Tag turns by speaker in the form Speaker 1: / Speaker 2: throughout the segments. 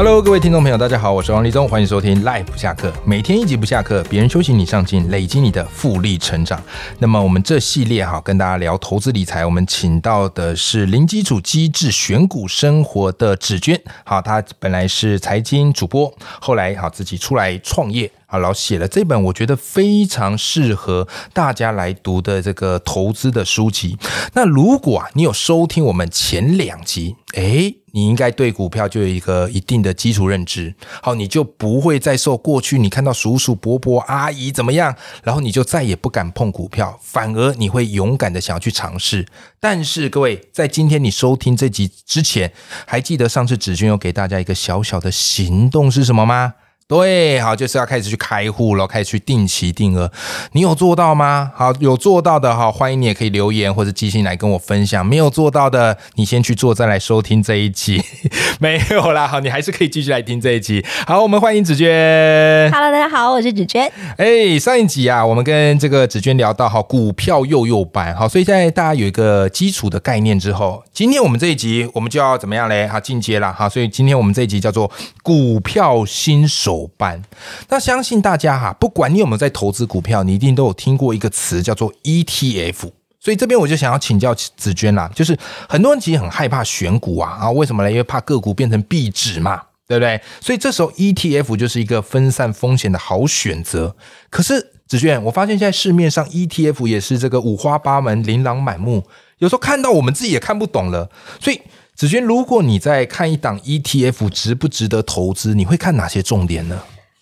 Speaker 1: Hello，各位听众朋友，大家好，我是王立忠，欢迎收听 Live 不下课，每天一集不下课，别人休息你上进，累积你的复利成长。那么我们这系列哈，跟大家聊投资理财，我们请到的是零基础机制选股生活的芷娟，好，她本来是财经主播，后来好自己出来创业。好，然后写了这本我觉得非常适合大家来读的这个投资的书籍。那如果啊，你有收听我们前两集，诶，你应该对股票就有一个一定的基础认知，好，你就不会再受过去你看到叔叔、伯伯、阿姨怎么样，然后你就再也不敢碰股票，反而你会勇敢的想要去尝试。但是各位，在今天你收听这集之前，还记得上次子君有给大家一个小小的行动是什么吗？对，好，就是要开始去开户了，开始去定期定额，你有做到吗？好，有做到的哈，欢迎你也可以留言或者寄信来跟我分享。没有做到的，你先去做，再来收听这一集。 没有啦，好，你还是可以继续来听这一集。好，我们欢迎子娟。
Speaker 2: Hello，大家好，我是芷娟。
Speaker 1: 哎，上一集啊，我们跟这个子娟聊到哈，股票幼幼班，好，所以现在大家有一个基础的概念之后，今天我们这一集我们就要怎么样嘞？哈，进阶啦，哈，所以今天我们这一集叫做股票新手班。那相信大家哈，不管你有没有在投资股票，你一定都有听过一个词叫做 ETF。所以这边我就想要请教子娟啦，就是很多人其实很害怕选股啊，啊，为什么呢？因为怕个股变成壁纸嘛。对不对？所以这时候 ETF 就是一个分散风险的好选择。可是子娟，我发现现在市面上 ETF 也是这个五花八门、琳琅满目，有时候看到我们自己也看不懂了。所以子娟，如果你在看一档 ETF 值不值得投资，你会看哪些重点呢？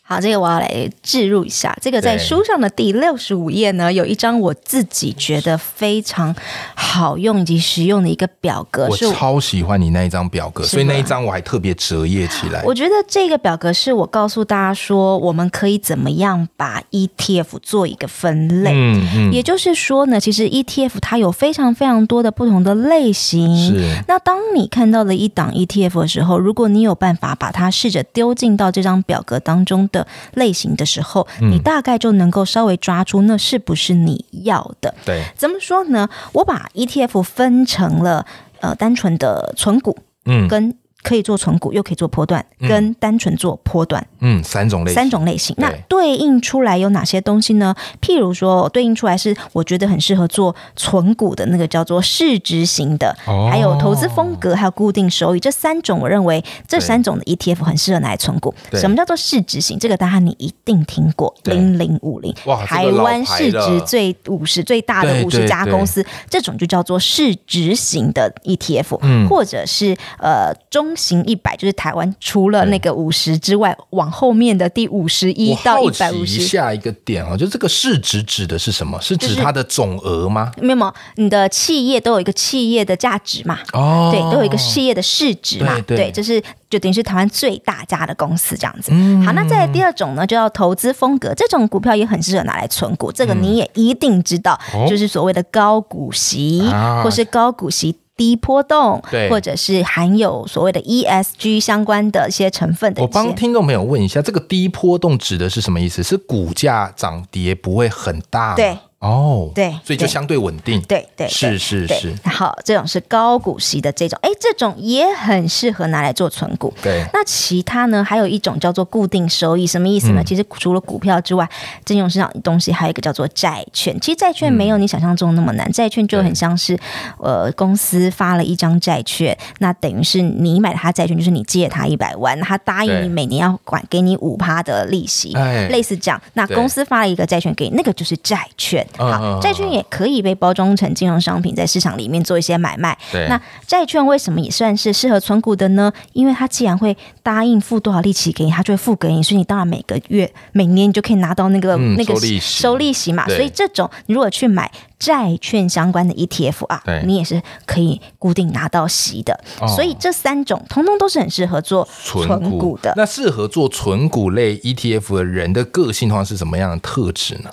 Speaker 2: 好，这个我要来置入一下。这个在
Speaker 1: 对
Speaker 2: 书上的第六十五页呢，有一张我自己觉得非常好用以及实用的一个表格，
Speaker 1: 我
Speaker 2: 呃是
Speaker 1: 超喜欢你那一张表格，
Speaker 2: 是
Speaker 1: 所
Speaker 2: 吗
Speaker 1: 以那一张我还特别折页起来。嗯
Speaker 2: 我觉得这个表格是我告诉大家说，我们可以怎么样把 ETF 做一个分类。
Speaker 1: 嗯嗯，
Speaker 2: 也就是说呢，其实 ETF 它有非常非常多的不同的类型，
Speaker 1: 是
Speaker 2: 那当你看到了一档 ETF 的时候，如果你有办法把它试着丢进到这张表格当中的类型的时候，
Speaker 1: 嗯
Speaker 2: 你大概就能够稍微抓住那是不是你要的。
Speaker 1: 对，
Speaker 2: 怎么说呢？我把 ETF 分成了呃单纯的存股
Speaker 1: 嗯
Speaker 2: 跟。可以做存股，又可以做波段，
Speaker 1: 嗯
Speaker 2: 跟单纯做波段、
Speaker 1: 嗯，三种类型
Speaker 2: 三，种类型。
Speaker 1: 对
Speaker 2: 那对应出来有哪些东西呢？譬如说，对应出来是我觉得很适合做存股的那个叫做市值型的，
Speaker 1: 哦
Speaker 2: 还有投资风格，还有固定收益这三种，我认为这三种的 ETF 很适合拿来存股。
Speaker 1: 对
Speaker 2: 什么叫做市值型？这个答案你一定听过，
Speaker 1: 对
Speaker 2: 零零五零
Speaker 1: 哇，
Speaker 2: 台
Speaker 1: 这个老
Speaker 2: 湾
Speaker 1: 牌
Speaker 2: 市值
Speaker 1: 了
Speaker 2: 最五十最大的
Speaker 1: 对
Speaker 2: 五十家
Speaker 1: 对
Speaker 2: 公司，这种就叫做市值型的 ETF，、
Speaker 1: 嗯
Speaker 2: 或者是呃中型一百，就是台湾除了那个五十之外，往后面的第五十一
Speaker 1: 我
Speaker 2: 到
Speaker 1: 好
Speaker 2: 一
Speaker 1: 奇
Speaker 2: 百五十。
Speaker 1: 下一个点哦，就这个市值指的是什么？是
Speaker 2: 就
Speaker 1: 指
Speaker 2: 是
Speaker 1: 它的总额吗？
Speaker 2: 没有，你的企业都有一个企业的价值嘛，
Speaker 1: 哦
Speaker 2: 对，都有一个事业的市值嘛，
Speaker 1: 对对
Speaker 2: 这是就等于是台湾最大家的公司这样子。
Speaker 1: 嗯
Speaker 2: 好，那再来第二种呢，就叫投资风格，这种股票也很适合拿来存股，这个你也一定知道，
Speaker 1: 嗯哦
Speaker 2: 就是所谓的高股息、
Speaker 1: 啊
Speaker 2: 或是高股息。低波动
Speaker 1: 对，
Speaker 2: 或者是含有所谓的 ESG 相关的一些成分
Speaker 1: 哦
Speaker 2: 的
Speaker 1: 我
Speaker 2: 一些
Speaker 1: 帮听众朋友问一下，这个低波动指的是什么意思？是股价涨跌不会很大吗？
Speaker 2: 对，
Speaker 1: 哦，
Speaker 2: 对
Speaker 1: 所以就
Speaker 2: 对
Speaker 1: 相对稳定。
Speaker 2: 对对，
Speaker 1: 是
Speaker 2: 对
Speaker 1: 是
Speaker 2: 对
Speaker 1: 是，
Speaker 2: 好，这种是高股息的这种，哎，这种也很适合拿来做存股。
Speaker 1: 对
Speaker 2: 那其他呢，还有一种叫做固定收益，什么意
Speaker 1: 嗯
Speaker 2: 思呢？其实除了股票之外，金融市场的东西还有一个叫做债券。其实债
Speaker 1: 嗯
Speaker 2: 券没有你想象中那么难，债券就很像是呃公司发了一张债券，那等于是你买了他债券，就是你借他一百万，他答应
Speaker 1: 对
Speaker 2: 你每年要管给你五趴的利息
Speaker 1: 哎，
Speaker 2: 类似这样。那
Speaker 1: 对
Speaker 2: 公司发了一个债券给你，那个就是债券。
Speaker 1: 嗯嗯嗯
Speaker 2: 好，
Speaker 1: 嗯
Speaker 2: 债券也可以被包装成金融商品，在市场里面做一些买卖。
Speaker 1: 对
Speaker 2: 那债券为什么也算是适合存股的呢？因为它既然会答应付多少利息给你，它就会付给你，所以你当然每个月、每年你就可以拿到那个、
Speaker 1: 嗯
Speaker 2: 那个
Speaker 1: 收利息
Speaker 2: 收利息嘛。
Speaker 1: 对
Speaker 2: 所以这种你如果去买债券相关的 ETF 啊
Speaker 1: 对，
Speaker 2: 你也是可以固定拿到息的。
Speaker 1: 哦
Speaker 2: 所以这三种通通都是很适合做
Speaker 1: 纯
Speaker 2: 存股的。
Speaker 1: 那适合做纯股类 ETF 的人的个性通常是什么样的特质呢？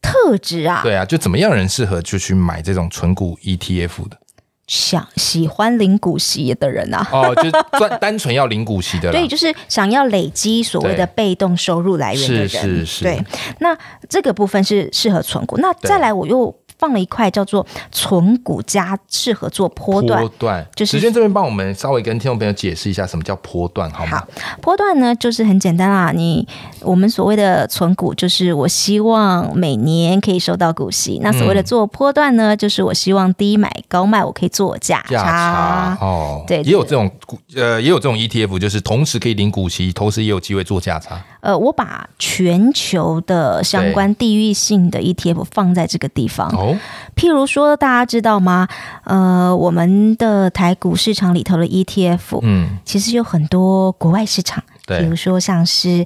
Speaker 2: 特质啊，
Speaker 1: 对啊，就怎么样人适合就去买这种纯股 ETF E 的？
Speaker 2: 想喜欢领股息的人啊。
Speaker 1: 哦，就是 专单纯要领股息的啦，
Speaker 2: 对，就是想要累积所谓的
Speaker 1: 对
Speaker 2: 被动收入来源的人，
Speaker 1: 是是是
Speaker 2: 对。那这个部分是适合存股。那再来，我又放了一块叫做存股加适合做波段
Speaker 1: 波。段
Speaker 2: 就是
Speaker 1: 时间这边帮我们稍微跟听众朋友解释一下什么叫波段好吗？
Speaker 2: 好，波段呢就是很简单啦。你我们所谓的存股，就是我希望每年可以收到股息。
Speaker 1: 嗯
Speaker 2: 那所谓的做波段呢，就是我希望低买高卖，我可以做价
Speaker 1: 价差哦，
Speaker 2: 对
Speaker 1: 也有这种股呃，也有这种 ETF，就是同时可以领股息，同时也有机会做价差。
Speaker 2: 呃，我把全球的相关地域性的 ETF 放在这个地方。
Speaker 1: 哦，
Speaker 2: 譬如说，大家知道吗？呃，我们的台股市场里头的 ETF，、
Speaker 1: 嗯，
Speaker 2: 其实有很多国外市场，
Speaker 1: 对
Speaker 2: 比如说像是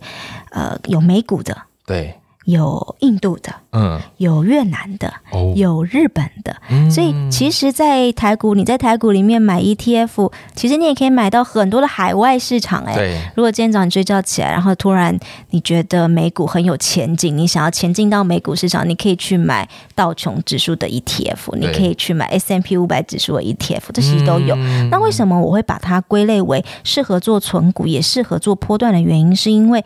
Speaker 2: 呃有美股的，
Speaker 1: 对，
Speaker 2: 有印度的，
Speaker 1: 嗯，
Speaker 2: 有越南的，
Speaker 1: 哦，
Speaker 2: 有日本的。
Speaker 1: 嗯
Speaker 2: 所以其实，在台股，你在台股里面买 ETF，其实你也可以买到很多的海外市场、哎。
Speaker 1: 对，
Speaker 2: 如果今天早上你睡觉起来，然后突然你觉得美股很有前景，你想要前进到美股市场，你可以去买道琼指数的 ETF，你可以去买 S M P 五百指数的 ETF，这其实都
Speaker 1: 嗯
Speaker 2: 有。那为什么我会把它归类为适合做存股，也适合做波段的原因，是因为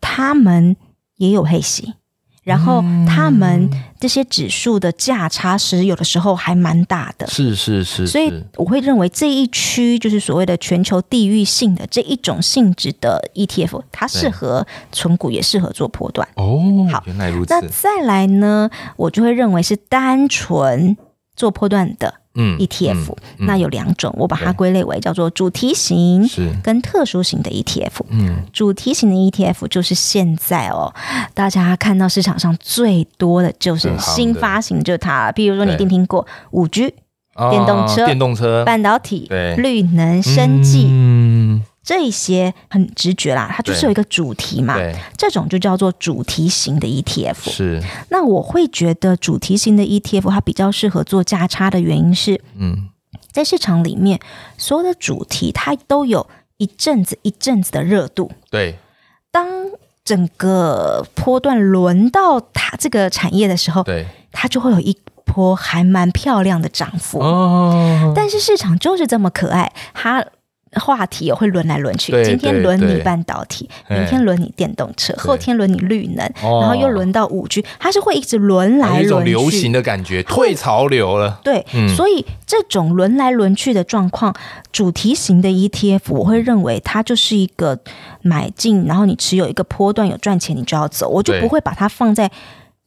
Speaker 2: 他们也有配息。然后他们这些指数的价差是有的时候还蛮大的，
Speaker 1: 是是是，
Speaker 2: 所以
Speaker 1: 是
Speaker 2: 我会认为这一区就是所谓的全球地域性的这一种性质的 ETF，它适合存股，也适合做波段。
Speaker 1: 哦
Speaker 2: 好，
Speaker 1: 原来如
Speaker 2: 那
Speaker 1: 此，
Speaker 2: 再来呢，我就会认为是单纯做波段的
Speaker 1: 嗯
Speaker 2: ETF，、
Speaker 1: 嗯
Speaker 2: 那有两种，我把它
Speaker 1: 对
Speaker 2: 归类为叫做主题
Speaker 1: 嗯
Speaker 2: 型
Speaker 1: 是，
Speaker 2: 跟特殊型的 ETF。
Speaker 1: 嗯，
Speaker 2: 主题型的 ETF 就是现在哦，大家看到市场上最多的就是
Speaker 1: 很夯的
Speaker 2: 新发行，就是它了。比如说你一定
Speaker 1: 对
Speaker 2: 听过五 G、
Speaker 1: 啊
Speaker 2: 电动车
Speaker 1: 电动车，
Speaker 2: 半导体
Speaker 1: 对、
Speaker 2: 绿能、生技、
Speaker 1: 嗯，
Speaker 2: 这一些很直觉啦，它就是有一个主题嘛，
Speaker 1: 对，
Speaker 2: 这种就叫做主题型的 ETF。
Speaker 1: 是，
Speaker 2: 那我会觉得主题型的 ETF 它比较适合做价差的原因是
Speaker 1: 嗯，
Speaker 2: 在市场里面所有的主题它都有一阵子一阵子的热度，
Speaker 1: 对，
Speaker 2: 当整个波段轮到它这个产业的时候，
Speaker 1: 对，
Speaker 2: 它就会有一波还蛮漂亮的涨幅。
Speaker 1: 哦，
Speaker 2: 但是市场就是这么可爱，它话题也会轮来轮去
Speaker 1: 对，
Speaker 2: 今天轮
Speaker 1: 对
Speaker 2: 你
Speaker 1: 对
Speaker 2: 半导体，
Speaker 1: 嘿
Speaker 2: 明天轮你电动车，后天轮你绿能，
Speaker 1: 哦
Speaker 2: 然后又轮到五 G，它是会一直轮来
Speaker 1: 有一种
Speaker 2: 轮去。
Speaker 1: 流行的嗯感觉，退潮流了，
Speaker 2: 对，所以这种轮来轮去的状况，主题型的 ETF，我会认为它就是一个买进，然后你持有一个波段有赚钱，你就要走，我就
Speaker 1: 对
Speaker 2: 不会把它放在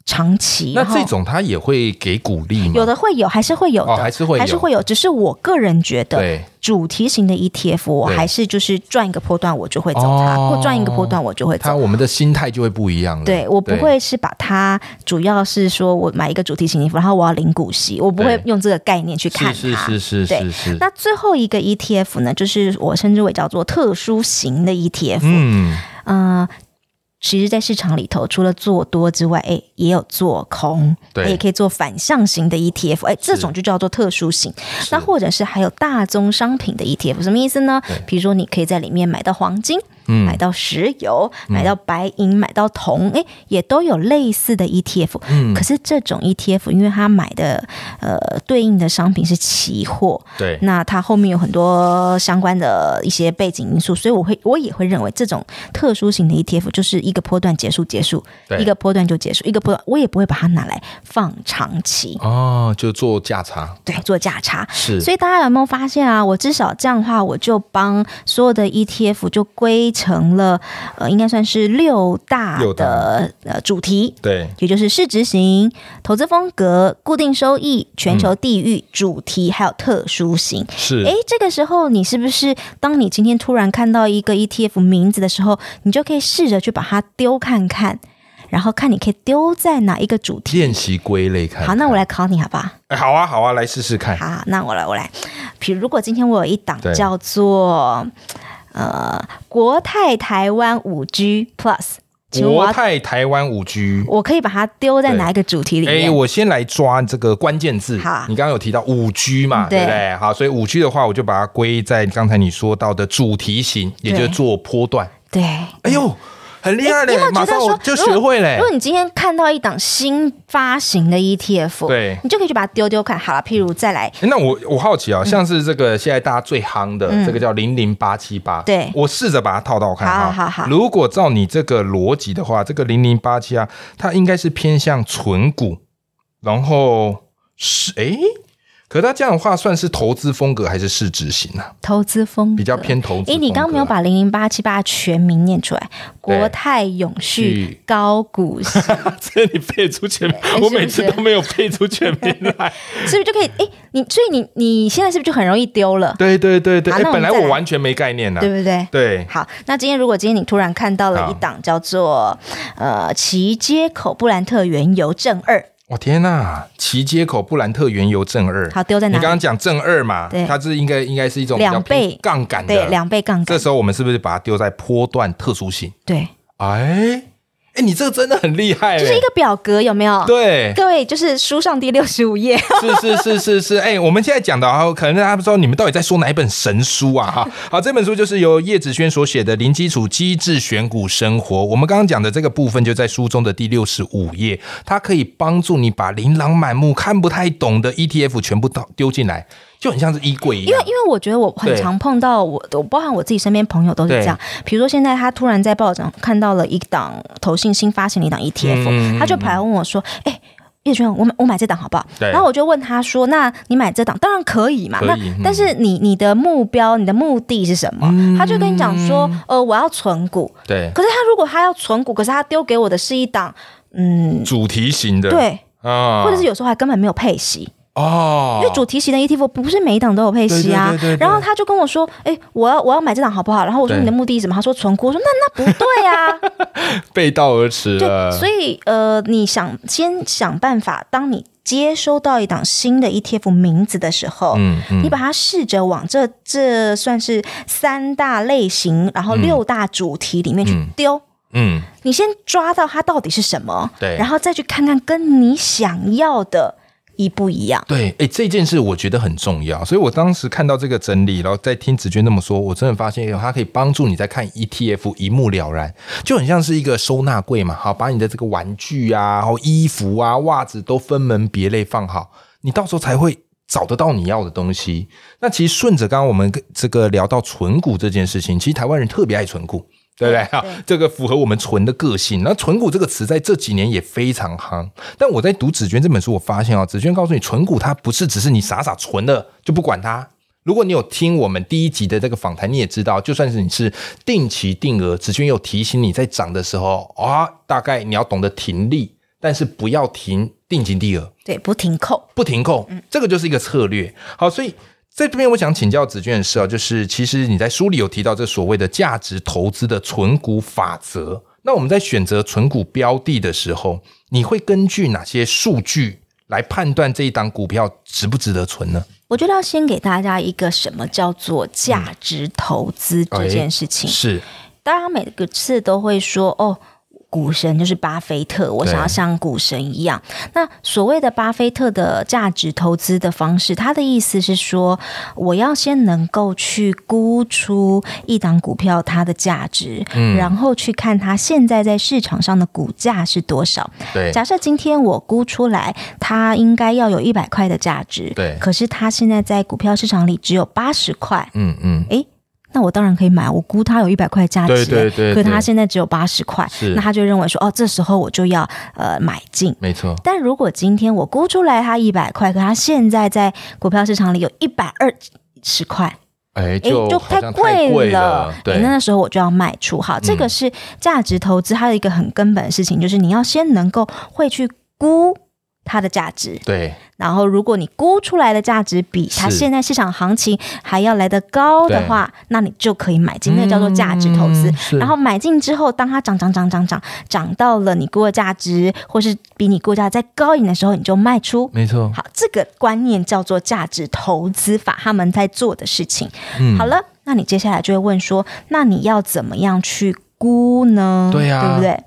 Speaker 2: 长期。
Speaker 1: 那
Speaker 2: 然后
Speaker 1: 这种它也会给鼓励吗？
Speaker 2: 有的会有，还是会有的，
Speaker 1: 哦还是会有
Speaker 2: 还是会有。只是我个人觉得，
Speaker 1: 对，
Speaker 2: 主题型的 ETF，我
Speaker 1: 对
Speaker 2: 还是就是赚一个波段我就会走它，
Speaker 1: 哦
Speaker 2: 或赚一个波段我就会
Speaker 1: 它
Speaker 2: 走。
Speaker 1: 我们的心态就会不一样了，
Speaker 2: 对我不会是把它，主要是说我买一个主题型 ETF，然后我要领股息，我不会
Speaker 1: 对
Speaker 2: 用这个概念去看它。
Speaker 1: 是是是是
Speaker 2: 对
Speaker 1: 是是，
Speaker 2: 那最后一个 ETF 呢，就是我称之为叫做特殊型的 ETF。嗯，
Speaker 1: 嗯，
Speaker 2: 呃，其实，在市场里头，除了做多之外，哎，也有做空，哎
Speaker 1: 对
Speaker 2: 也可以做反向型的 ETF。哎，这种就叫做特殊型。那或者是还有大宗商品的 ETF，什么意思呢
Speaker 1: 对？
Speaker 2: 比如说，你可以在里面买到黄金，
Speaker 1: 嗯
Speaker 2: 买到石油，买到白银，买到铜，哎，也都有类似的 ETF。
Speaker 1: 嗯
Speaker 2: 可是这种 ETF，因为它买的呃对应的商品是期货，
Speaker 1: 对，
Speaker 2: 那它后面有很多相关的一些背景因素，所以我会我也会认为这种特殊型的 ETF 就是一个波段结束结束
Speaker 1: 对，
Speaker 2: 一个波段就结束，一个波段我也不会把它拿来放长期，
Speaker 1: 哦，就做价差
Speaker 2: 对，做价差。
Speaker 1: 是，
Speaker 2: 所以大家有没有发现啊？我至少这样的话，我就帮所有的 ETF 就归成了，呃，应该算是六大
Speaker 1: 六大
Speaker 2: 的呃主题，
Speaker 1: 对，
Speaker 2: 也就是市值型、投资风格、固定收益、全球地域、主题，还有特殊型。
Speaker 1: 是，
Speaker 2: 诶，这个时候你是不是，当你今天突然看到一个 ETF 名字的时候，你就可以试着去把它丢看看，然后看你可以丢在哪一个主题。
Speaker 1: 练习归类看看。
Speaker 2: 好，那我来考你好不好？
Speaker 1: 哎，好啊，好啊，来试试看。
Speaker 2: 好，那我来，我来。比如，如果今天我有一档
Speaker 1: 对
Speaker 2: 叫做呃国泰台湾五 G Plus，请问我
Speaker 1: 国
Speaker 2: 要
Speaker 1: 泰台湾五 G，
Speaker 2: 我可以把它丢在
Speaker 1: 对
Speaker 2: 哪一个主题里
Speaker 1: 哎，
Speaker 2: 面？
Speaker 1: 我先来抓这个关键字。
Speaker 2: 好啊
Speaker 1: 你刚刚有提到五 G 嘛，对
Speaker 2: 对
Speaker 1: 不对？好，所以五 G 的话，我就把它归在刚才你说到的主题型，也就是
Speaker 2: 对
Speaker 1: 做波段。
Speaker 2: 对，
Speaker 1: 哎呦，很厉害
Speaker 2: 你
Speaker 1: 嘞，
Speaker 2: 有没有
Speaker 1: 马
Speaker 2: 觉得
Speaker 1: 上我
Speaker 2: 说，
Speaker 1: 就
Speaker 2: 如果
Speaker 1: 学会嘞
Speaker 2: 如果。你今天看到一档新发行的 ETF，
Speaker 1: 对
Speaker 2: 你就可以去把它丢丢看。好了，譬如再来，
Speaker 1: 哎诶那我我好奇
Speaker 2: 嗯
Speaker 1: 啊，像是这个现在大家最夯的这个叫零零八七八，
Speaker 2: 对
Speaker 1: 我试着把它套到看哈。
Speaker 2: 好好好
Speaker 1: 如果照你这个逻辑的话，这个零零八七啊，它应该是偏向纯股，然后是诶，可它这样的话算是投资风格还是市值型啊？
Speaker 2: 投资风格
Speaker 1: 比较。偏投资。啊
Speaker 2: 诶，你刚刚没有？把零零八七八全名念出来，
Speaker 1: 对
Speaker 2: 国泰永续
Speaker 1: 续
Speaker 2: 高 股息，
Speaker 1: 这你背出全名
Speaker 2: 哎，
Speaker 1: 我
Speaker 2: 是不
Speaker 1: 每次
Speaker 2: 是
Speaker 1: 都没有背出全 名来。
Speaker 2: 是不是就可以？诶，你所以你你现在是不是就很容易丢了？
Speaker 1: 对对对对，
Speaker 2: 好
Speaker 1: 哎
Speaker 2: 那我
Speaker 1: 本
Speaker 2: 们
Speaker 1: 来
Speaker 2: 再
Speaker 1: 我
Speaker 2: 来
Speaker 1: 完全没概念呢。
Speaker 2: 对不对？
Speaker 1: 对，啊
Speaker 2: 好，那今天如果今天你突然看到了
Speaker 1: 好
Speaker 2: 一档叫做呃奇街口布兰特原油正二，
Speaker 1: 我天呐，奇街口布兰特原油正二，
Speaker 2: 好丢在
Speaker 1: 你
Speaker 2: 哪
Speaker 1: 刚刚
Speaker 2: 里？
Speaker 1: 讲正二嘛
Speaker 2: 对，
Speaker 1: 它是应该应该是一种比较
Speaker 2: 两
Speaker 1: 偏
Speaker 2: 倍
Speaker 1: 杠杆的，
Speaker 2: 对，两倍杠
Speaker 1: 这
Speaker 2: 杆，
Speaker 1: 时候我们是不是把它丢在波段特殊性？
Speaker 2: 对，
Speaker 1: 哎哎，你这个真的很厉害、欸，
Speaker 2: 就是一个表格有没有？
Speaker 1: 对，
Speaker 2: 各位，就是书上第六十五页，
Speaker 1: 是是是是是，哎、我们现在讲的啊，可能大家不知道你们到底在说哪一本神书啊？哈，好，这本书就是由叶子轩所写的《零基础机制选股生活》。我们刚刚讲的这个部分就在书中的第六十五页，它可以帮助你把琳琅满目、看不太懂的 ETF 全部都丢进来，就很像是衣 柜一
Speaker 2: 因为
Speaker 1: 样。
Speaker 2: 因为我觉得我很
Speaker 1: 对
Speaker 2: 常碰到我，我包含我自己身边朋友都是
Speaker 1: 对
Speaker 2: 这样。比如说现在他突然在报纸上看到了一档投信新发行的一档 ETF，、
Speaker 1: 嗯嗯嗯
Speaker 2: 他就跑来问我说：“哎、叶轩，我买我买这档好不好？”
Speaker 1: 对
Speaker 2: 然后我就问他说：“那你买这档当然可以嘛，
Speaker 1: 可以
Speaker 2: 那
Speaker 1: 嗯
Speaker 2: 但是你你的目标、你的目的是什么？”他就跟你讲说：“呃，我要存股。”
Speaker 1: 对，
Speaker 2: 可是他如果他要存股，可是他丢给我的是一档，嗯，
Speaker 1: 主题型的，
Speaker 2: 对，
Speaker 1: 啊，
Speaker 2: 或者是有时候还根本没有配息。
Speaker 1: 哦，
Speaker 2: 因为主题型的 ETF 不是每一档都有配息啊
Speaker 1: 对对对对。对
Speaker 2: 然后他就跟我说：“哎、我要我要买这档好不好？”然后我说：“
Speaker 1: 对
Speaker 2: 你的目的是什么？”他说：“存股。”我 说：“那那不对啊。
Speaker 1: 背道而驰了，
Speaker 2: 对，所以呃，你想先想办法，当你接收到一档新的 ETF 名字的时候。
Speaker 1: 嗯嗯
Speaker 2: 你把它试着往这这算是三大类型，然后六大主题里面去丢，
Speaker 1: 嗯，
Speaker 2: 你先抓到它到底是什么，
Speaker 1: 对
Speaker 2: 然后再去看看跟你想要的一不一样。
Speaker 1: 对，哎、这件事我觉得很重要，所以我当时看到这个整理，然后再听子娟那么说，我真的发现哎它可以帮助你在看 ETF 一目了然，就很像是一个收纳柜嘛，好，把你的这个玩具啊、然后衣服啊、袜子都分门别类放好，你到时候才会。找得到你要的东西。那其实顺着刚刚我们跟这个聊到存股这件事情，其实台湾人特别爱存股，对不对？
Speaker 2: 对
Speaker 1: 哈， 这个符合我们存的个性。那存股这个词在这几年也非常夯。但我在读紫娟这本书，我发现啊、紫娟告诉你，存股它不是只是你傻傻存了就不管它。如果你有听我们第一集的这个访谈，你也知道，就算是你是定期定额，紫娟有提醒你在涨的时候啊，大概你要懂得停利，但是不要停定期定额。
Speaker 2: 对，不停扣。
Speaker 1: 不停扣，
Speaker 2: 嗯
Speaker 1: 这个就是一个策略。好，所以在这边我想请教子娟的是啊，就是其实你在书里有提到这所谓的价值投资的存股法则。那我们在选择存股标的的时候，你会根据哪些数据来判断这一档股票值不值得存呢？
Speaker 2: 我觉得要先给大家一个什么叫做价值投资这件事情。
Speaker 1: 是
Speaker 2: 当然，每个次都会说哦。股神就是巴菲特，我
Speaker 1: 对
Speaker 2: 想要像股神一样。那所谓的巴菲特的价值投资的方式，他的意思是说，我要先能够去估出一档股票它的价值，然后去看它现在在市场上的股价是多少。
Speaker 1: 对
Speaker 2: 假设今天我估出来它应该要有一百块的价值，
Speaker 1: 对
Speaker 2: 可是它现在在股票市场里只有八十块，
Speaker 1: 嗯嗯，
Speaker 2: 诶，那我当然可以买，我估它有一百块价
Speaker 1: 对
Speaker 2: 值、
Speaker 1: 对对对
Speaker 2: 可它现在只有八十块
Speaker 1: 是，
Speaker 2: 那他就认为说，哦，这时候我就要呃买进。
Speaker 1: 没错，
Speaker 2: 但如果今天我估出来它一百块，可它现在在股票市场里有一百二十块，
Speaker 1: 哎，
Speaker 2: 哎，
Speaker 1: 就好
Speaker 2: 太
Speaker 1: 像太
Speaker 2: 贵
Speaker 1: 贵了，
Speaker 2: 诶
Speaker 1: 对，嗯
Speaker 2: 那那时候我就要卖出。好，这个是价值投资，它有一个很根本的事情，就是你要先能够会去估它的价值。
Speaker 1: 对
Speaker 2: 然后，如果你估出来的价值比它
Speaker 1: 是
Speaker 2: 现在市场行情还要来得高的话，那你就可以买进，那叫做价值投资
Speaker 1: 嗯。是
Speaker 2: 然后买进之后，当它涨涨涨涨涨涨到了你估的价值，或是比你估的价值再高一点的时候，你就卖出。
Speaker 1: 没错，
Speaker 2: 好，这个观念叫做价值投资法，他们在做的事情。
Speaker 1: 嗯
Speaker 2: 好了，那你接下来就会问说，那你要怎么样去估呢？
Speaker 1: 对啊
Speaker 2: 对不对？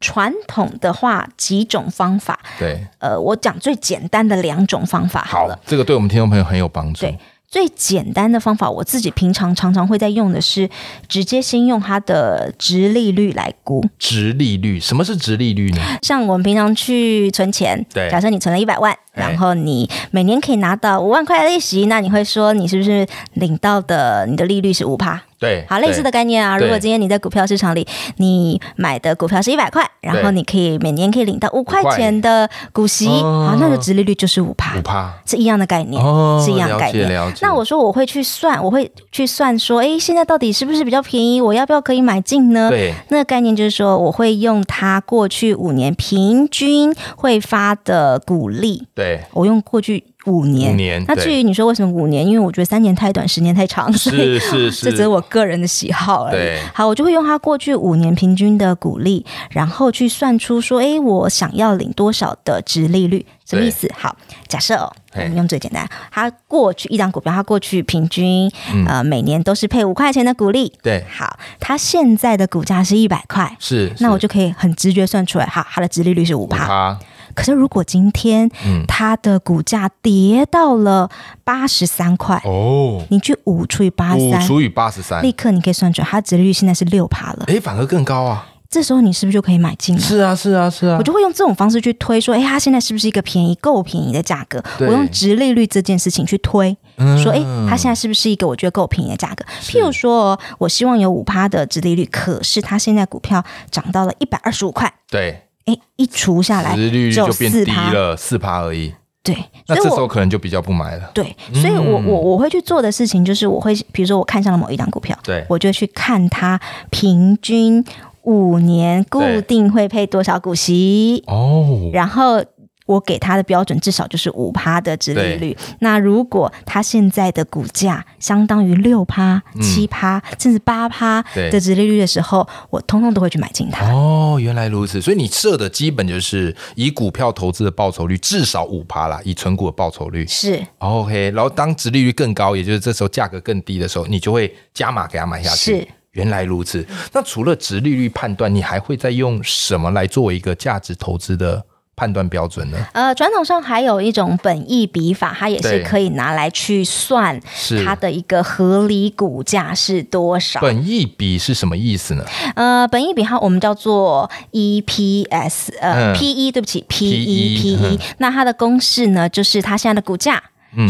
Speaker 2: 传统的话，几种方法，
Speaker 1: 对，
Speaker 2: 呃，我讲最简单的两种方法好
Speaker 1: 好
Speaker 2: 了。，
Speaker 1: 这个对我们听众朋友很有帮助
Speaker 2: 对。最简单的方法，我自己平常常常会在用的是，直接先用它的值利率来估。
Speaker 1: 值利率，什么是值利率呢？
Speaker 2: 像我们平常去存钱，
Speaker 1: 对
Speaker 2: 假设你存了一百万，
Speaker 1: 哎
Speaker 2: 然后你每年可以拿到五万块的利息，那你会说你是不是领到的你的利率是五趴？
Speaker 1: 对，
Speaker 2: 好，类似的概念啊。
Speaker 1: 对
Speaker 2: 如果今天你在股票市场里，你买的股票是一百块，然后
Speaker 1: 对
Speaker 2: 你可以每年可以领到五块
Speaker 1: 块
Speaker 2: 钱的股息，
Speaker 1: 哦
Speaker 2: 好，那个殖利率就是五趴
Speaker 1: 五，趴
Speaker 2: 是一样的概念。
Speaker 1: 哦，
Speaker 2: 是一样
Speaker 1: 了
Speaker 2: 概
Speaker 1: 解
Speaker 2: 念
Speaker 1: 了解。
Speaker 2: 那我说我会去算，我会去算说，诶，现在到底是不是比较便宜？我要不要可以买进呢？
Speaker 1: 对
Speaker 2: 那个概念就是说，我会用它过去五年平均会发的股利，
Speaker 1: 对
Speaker 2: 我用过去五年。
Speaker 1: 五年
Speaker 2: 那
Speaker 1: 对
Speaker 2: 至于你说为什么五年，因为我觉得三年太短，十年太长，所以
Speaker 1: 是是是，
Speaker 2: 这只是我个人的喜好而已
Speaker 1: 对。
Speaker 2: 好，我就会用它过去五年平均的股利，然后去算出说，诶，我想要领多少的值利率？什么意思？好，假设、哦、我
Speaker 1: 嘿
Speaker 2: 们用最简单，它过去一张股票，它过去平均、
Speaker 1: 嗯
Speaker 2: 呃每年都是配五块钱的股利。
Speaker 1: 对
Speaker 2: 好，它现在的股价是一百块。
Speaker 1: 是，
Speaker 2: 那我
Speaker 1: 就
Speaker 2: 就可以很直觉算出来，哈，它的值利率是五
Speaker 1: 五
Speaker 2: 趴。
Speaker 1: 趴，
Speaker 2: 可是如果今天
Speaker 1: 嗯
Speaker 2: 它的股价跌到了八十三块，
Speaker 1: 哦，
Speaker 2: 你去五除以八
Speaker 1: 五
Speaker 2: 三，
Speaker 1: 除以八十三
Speaker 2: 立，刻你可以算出来，它殖利率现在是六趴了。
Speaker 1: 哎，反而更高啊！
Speaker 2: 这时候你是不是就可以买进了？
Speaker 1: 是啊是啊是啊
Speaker 2: 我，就会用这种方式去推，说，哎，它现在是不是一个便宜、够便宜的价格？我
Speaker 1: 对
Speaker 2: 用值利率这件事情去推，
Speaker 1: 嗯
Speaker 2: 说，哎，它现在是不是一个我觉得够便宜的价格？
Speaker 1: 是
Speaker 2: 譬如说，我希望有五趴的值利率，可是它现在股票涨到了一百二十五块，
Speaker 1: 对，
Speaker 2: 哎，一除下来
Speaker 1: 殖利率
Speaker 2: 只有
Speaker 1: 就变
Speaker 2: 4%
Speaker 1: 低了四趴而已，
Speaker 2: 对，
Speaker 1: 那这
Speaker 2: 所以
Speaker 1: 时
Speaker 2: 我
Speaker 1: 候可能就比较不买了，
Speaker 2: 对，所以我
Speaker 1: 嗯
Speaker 2: 我我会去做的事情就是，我会比如说我看上了某一档股票，
Speaker 1: 对
Speaker 2: 我就去看它平均五年固定会配多少股息，
Speaker 1: 哦，
Speaker 2: 然后。我给它的标准至少就是五趴的殖利率。那如果它现在的股价相当于六趴、
Speaker 1: 嗯
Speaker 2: 七趴，甚至八趴
Speaker 1: 对
Speaker 2: 的殖利率的时候，我通通都会去买进它。
Speaker 1: 哦，原来如此，所以你设的基本就是以股票投资的报酬率至少五趴啦，以存股的报酬率
Speaker 2: 是，
Speaker 1: 哦 OK，然后当殖利率更高，也就是这时候价格更低的时候，你就会加码给它买下去。
Speaker 2: 是
Speaker 1: 原来如此。那除了殖利率判断，你还会再用什么来作为一个价值投资的判断标准呢？
Speaker 2: 呃，传统上还有一种本益比法，它也
Speaker 1: 对
Speaker 2: 是可以拿来去算
Speaker 1: 是
Speaker 2: 它的一个合理股价是多少？
Speaker 1: 本益比是什么意思呢？
Speaker 2: 呃，本益比它我们叫做 EPS，呃、
Speaker 1: 嗯
Speaker 2: p e 对不起
Speaker 1: PE
Speaker 2: ，PE PE，、
Speaker 1: 嗯
Speaker 2: E 那它的公式呢，就是它现在的股价。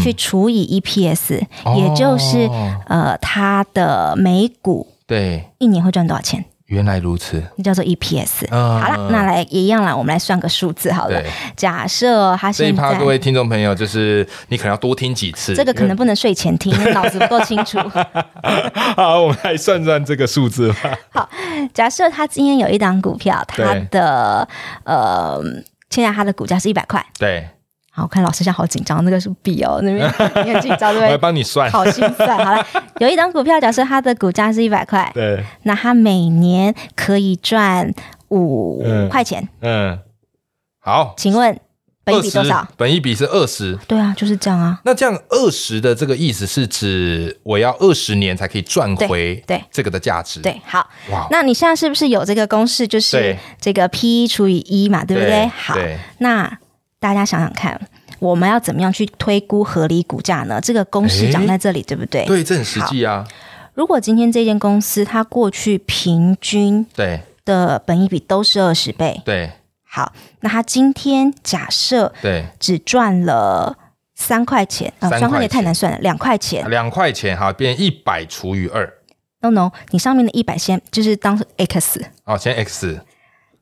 Speaker 2: 去除以 EPS，、
Speaker 1: 哦
Speaker 2: 也就是呃，它的每股
Speaker 1: 对，
Speaker 2: 一年会赚多少钱？
Speaker 1: 原来如此。
Speaker 2: 那叫做 EPS。
Speaker 1: 嗯
Speaker 2: 好啦，那来一样啦，我们来算个数字好了
Speaker 1: 对。
Speaker 2: 假设它
Speaker 1: 这一
Speaker 2: 现
Speaker 1: 趴，
Speaker 2: 在
Speaker 1: 各位听众朋友，就是你可能要多听几次。
Speaker 2: 这个可能不能睡前听，因为脑子不够清楚。
Speaker 1: 好，我们来算算这个数字吧。
Speaker 2: 假设他今天有一档股票，它
Speaker 1: 对
Speaker 2: 的呃，现在它的股价是一百块。
Speaker 1: 对，
Speaker 2: 好，我看老师现在好紧张，那个是比哦，那边你很紧张
Speaker 1: 我来
Speaker 2: 对不
Speaker 1: 帮你
Speaker 2: 对？
Speaker 1: 算。
Speaker 2: 好心酸。好了，有一档股票，假设它的股价是一百块，
Speaker 1: 对，
Speaker 2: 那它每年可以赚五
Speaker 1: 嗯
Speaker 2: 块钱。
Speaker 1: 嗯，好，
Speaker 2: 请问本益比多少
Speaker 1: 20？？本益比是二十。
Speaker 2: 对啊，就是这样啊。
Speaker 1: 那这样二十的这个意思是指我要二十年才可以赚回
Speaker 2: 对对
Speaker 1: 这个的价值。，
Speaker 2: 对，好，
Speaker 1: 哇，
Speaker 2: 那你现在是不是有这个公式，就是
Speaker 1: 对
Speaker 2: 这个 P 除以一嘛，对不对？好，
Speaker 1: 对，
Speaker 2: 那大家想想看，我们要怎么样去推估合理股价呢？这个公式长在这里，对不对？
Speaker 1: 对，这很实际啊。
Speaker 2: 如果今天这间公司它过去平均
Speaker 1: 对
Speaker 2: 的本益比都是二十倍，
Speaker 1: 对
Speaker 2: 好，那它今天假设
Speaker 1: 对，
Speaker 2: 只赚了三块钱，
Speaker 1: 三
Speaker 2: 啊、
Speaker 1: 块钱
Speaker 2: 三块钱太难算了，两块钱。
Speaker 1: 两块钱哈，变一百除以二，
Speaker 2: No no，你上面的一百先就是当 x，
Speaker 1: 哦，先 x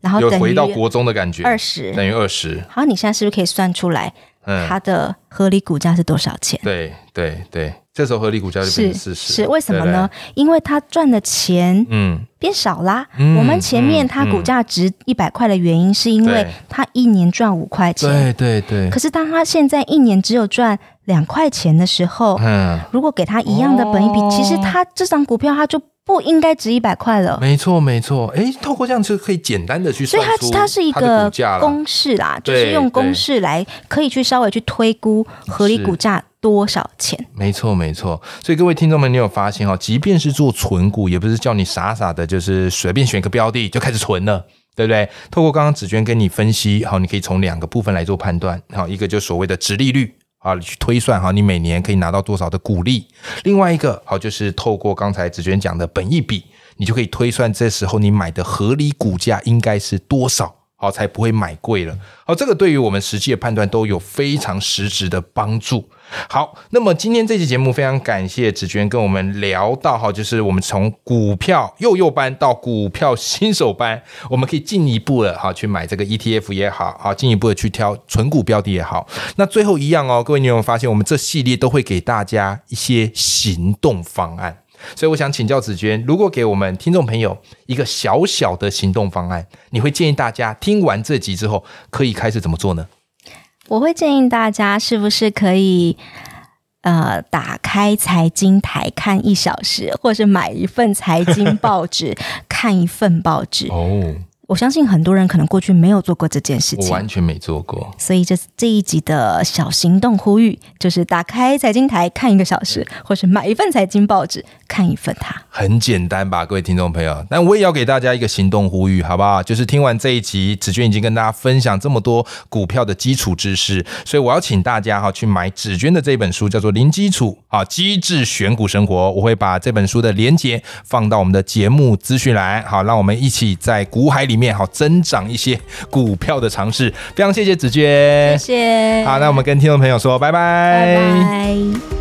Speaker 2: 然后
Speaker 1: 有
Speaker 2: 等
Speaker 1: 回到
Speaker 2: 于
Speaker 1: 国中的感觉，
Speaker 2: 二十。
Speaker 1: 等于二十。
Speaker 2: 好，你现在是不是可以算出来
Speaker 1: 嗯，
Speaker 2: 它的合理股价是多少钱？
Speaker 1: 对对对，这时候合理股价就变成
Speaker 2: 是
Speaker 1: 四十，
Speaker 2: 是，为什么呢？因为它赚的钱
Speaker 1: 对不对？嗯，
Speaker 2: 变少啦。
Speaker 1: 嗯
Speaker 2: 我们前面
Speaker 1: 嗯
Speaker 2: 它股
Speaker 1: 嗯
Speaker 2: 价值一百块的原因，是因为
Speaker 1: 对
Speaker 2: 它一年赚五块钱。
Speaker 1: 对对对，
Speaker 2: 可是当它现在一年只有赚两块钱的时候，
Speaker 1: 嗯，
Speaker 2: 如果给它一样的本益比，
Speaker 1: 哦
Speaker 2: 其实它这张股票它就不应该值一百块了。
Speaker 1: 没错没错，诶，透过这样就可以简单的去
Speaker 2: 所以
Speaker 1: 算
Speaker 2: 它
Speaker 1: 出
Speaker 2: 它是一
Speaker 1: 它的
Speaker 2: 个
Speaker 1: 股价了。
Speaker 2: 公式啦，就
Speaker 1: 对
Speaker 2: 是用
Speaker 1: 对
Speaker 2: 公式来可以去稍微去推估合理
Speaker 1: 是
Speaker 2: 股价多少钱。
Speaker 1: 没错，没错。所以各位听众们，你有发现哦，即便是做存股，也不是叫你傻傻的，就是随便选个标的就开始存了。对不对？透过刚刚子娟跟你分析，好，你可以从两个部分来做判断，好，一个就所谓的值利率，啊，去推算哈，你每年可以拿到多少的股利。另外一个好就是透过刚才子娟讲的本益比，你就可以推算这时候你买的合理股价应该是多少，好才不会买贵了。好，这个对于我们实际的判断都有非常实质的帮助。好，那么今天这期节目非常感谢子娟跟我们聊到哈，就是我们从股票幼幼班到股票新手班，我们可以进一步的哈去买这个 ETF 也好，好进一步的去挑纯股标的也好。那最后一样哦，各位你有没有发现，我们这系列都会给大家一些行动方案。所以我想请教子娟，如果给我们听众朋友一个小小的行动方案，你会建议大家听完这集之后可以开始怎么做呢？
Speaker 2: 我会建议大家是不是可以。呃，打开财经台看一小时，或是买一份财经报 纸看一份报纸。
Speaker 1: 哦，
Speaker 2: 我相信很多人可能过去没有做过这件事
Speaker 1: 我
Speaker 2: 情，
Speaker 1: 完全没做过。
Speaker 2: 所以这这一集的小行动呼吁就是打开财经台看一个小时，或是买一份财经报纸看一份它。
Speaker 1: 很简单吧，各位听众朋友。但我也要给大家一个行动呼吁，好不好？就是听完这一集，子娟已经跟大家分享这么多股票的基础知识，所以我要请大家哈去买子娟的这本书，叫做《零基础啊机智选股生活》。我会把这本书的连接放到我们的节目资讯栏，好，让我们一起在股海里面好增长一些股票的尝试。非常谢谢子娟
Speaker 2: 谢，谢，
Speaker 1: 好，那我们跟听众朋友说拜
Speaker 2: 拜拜。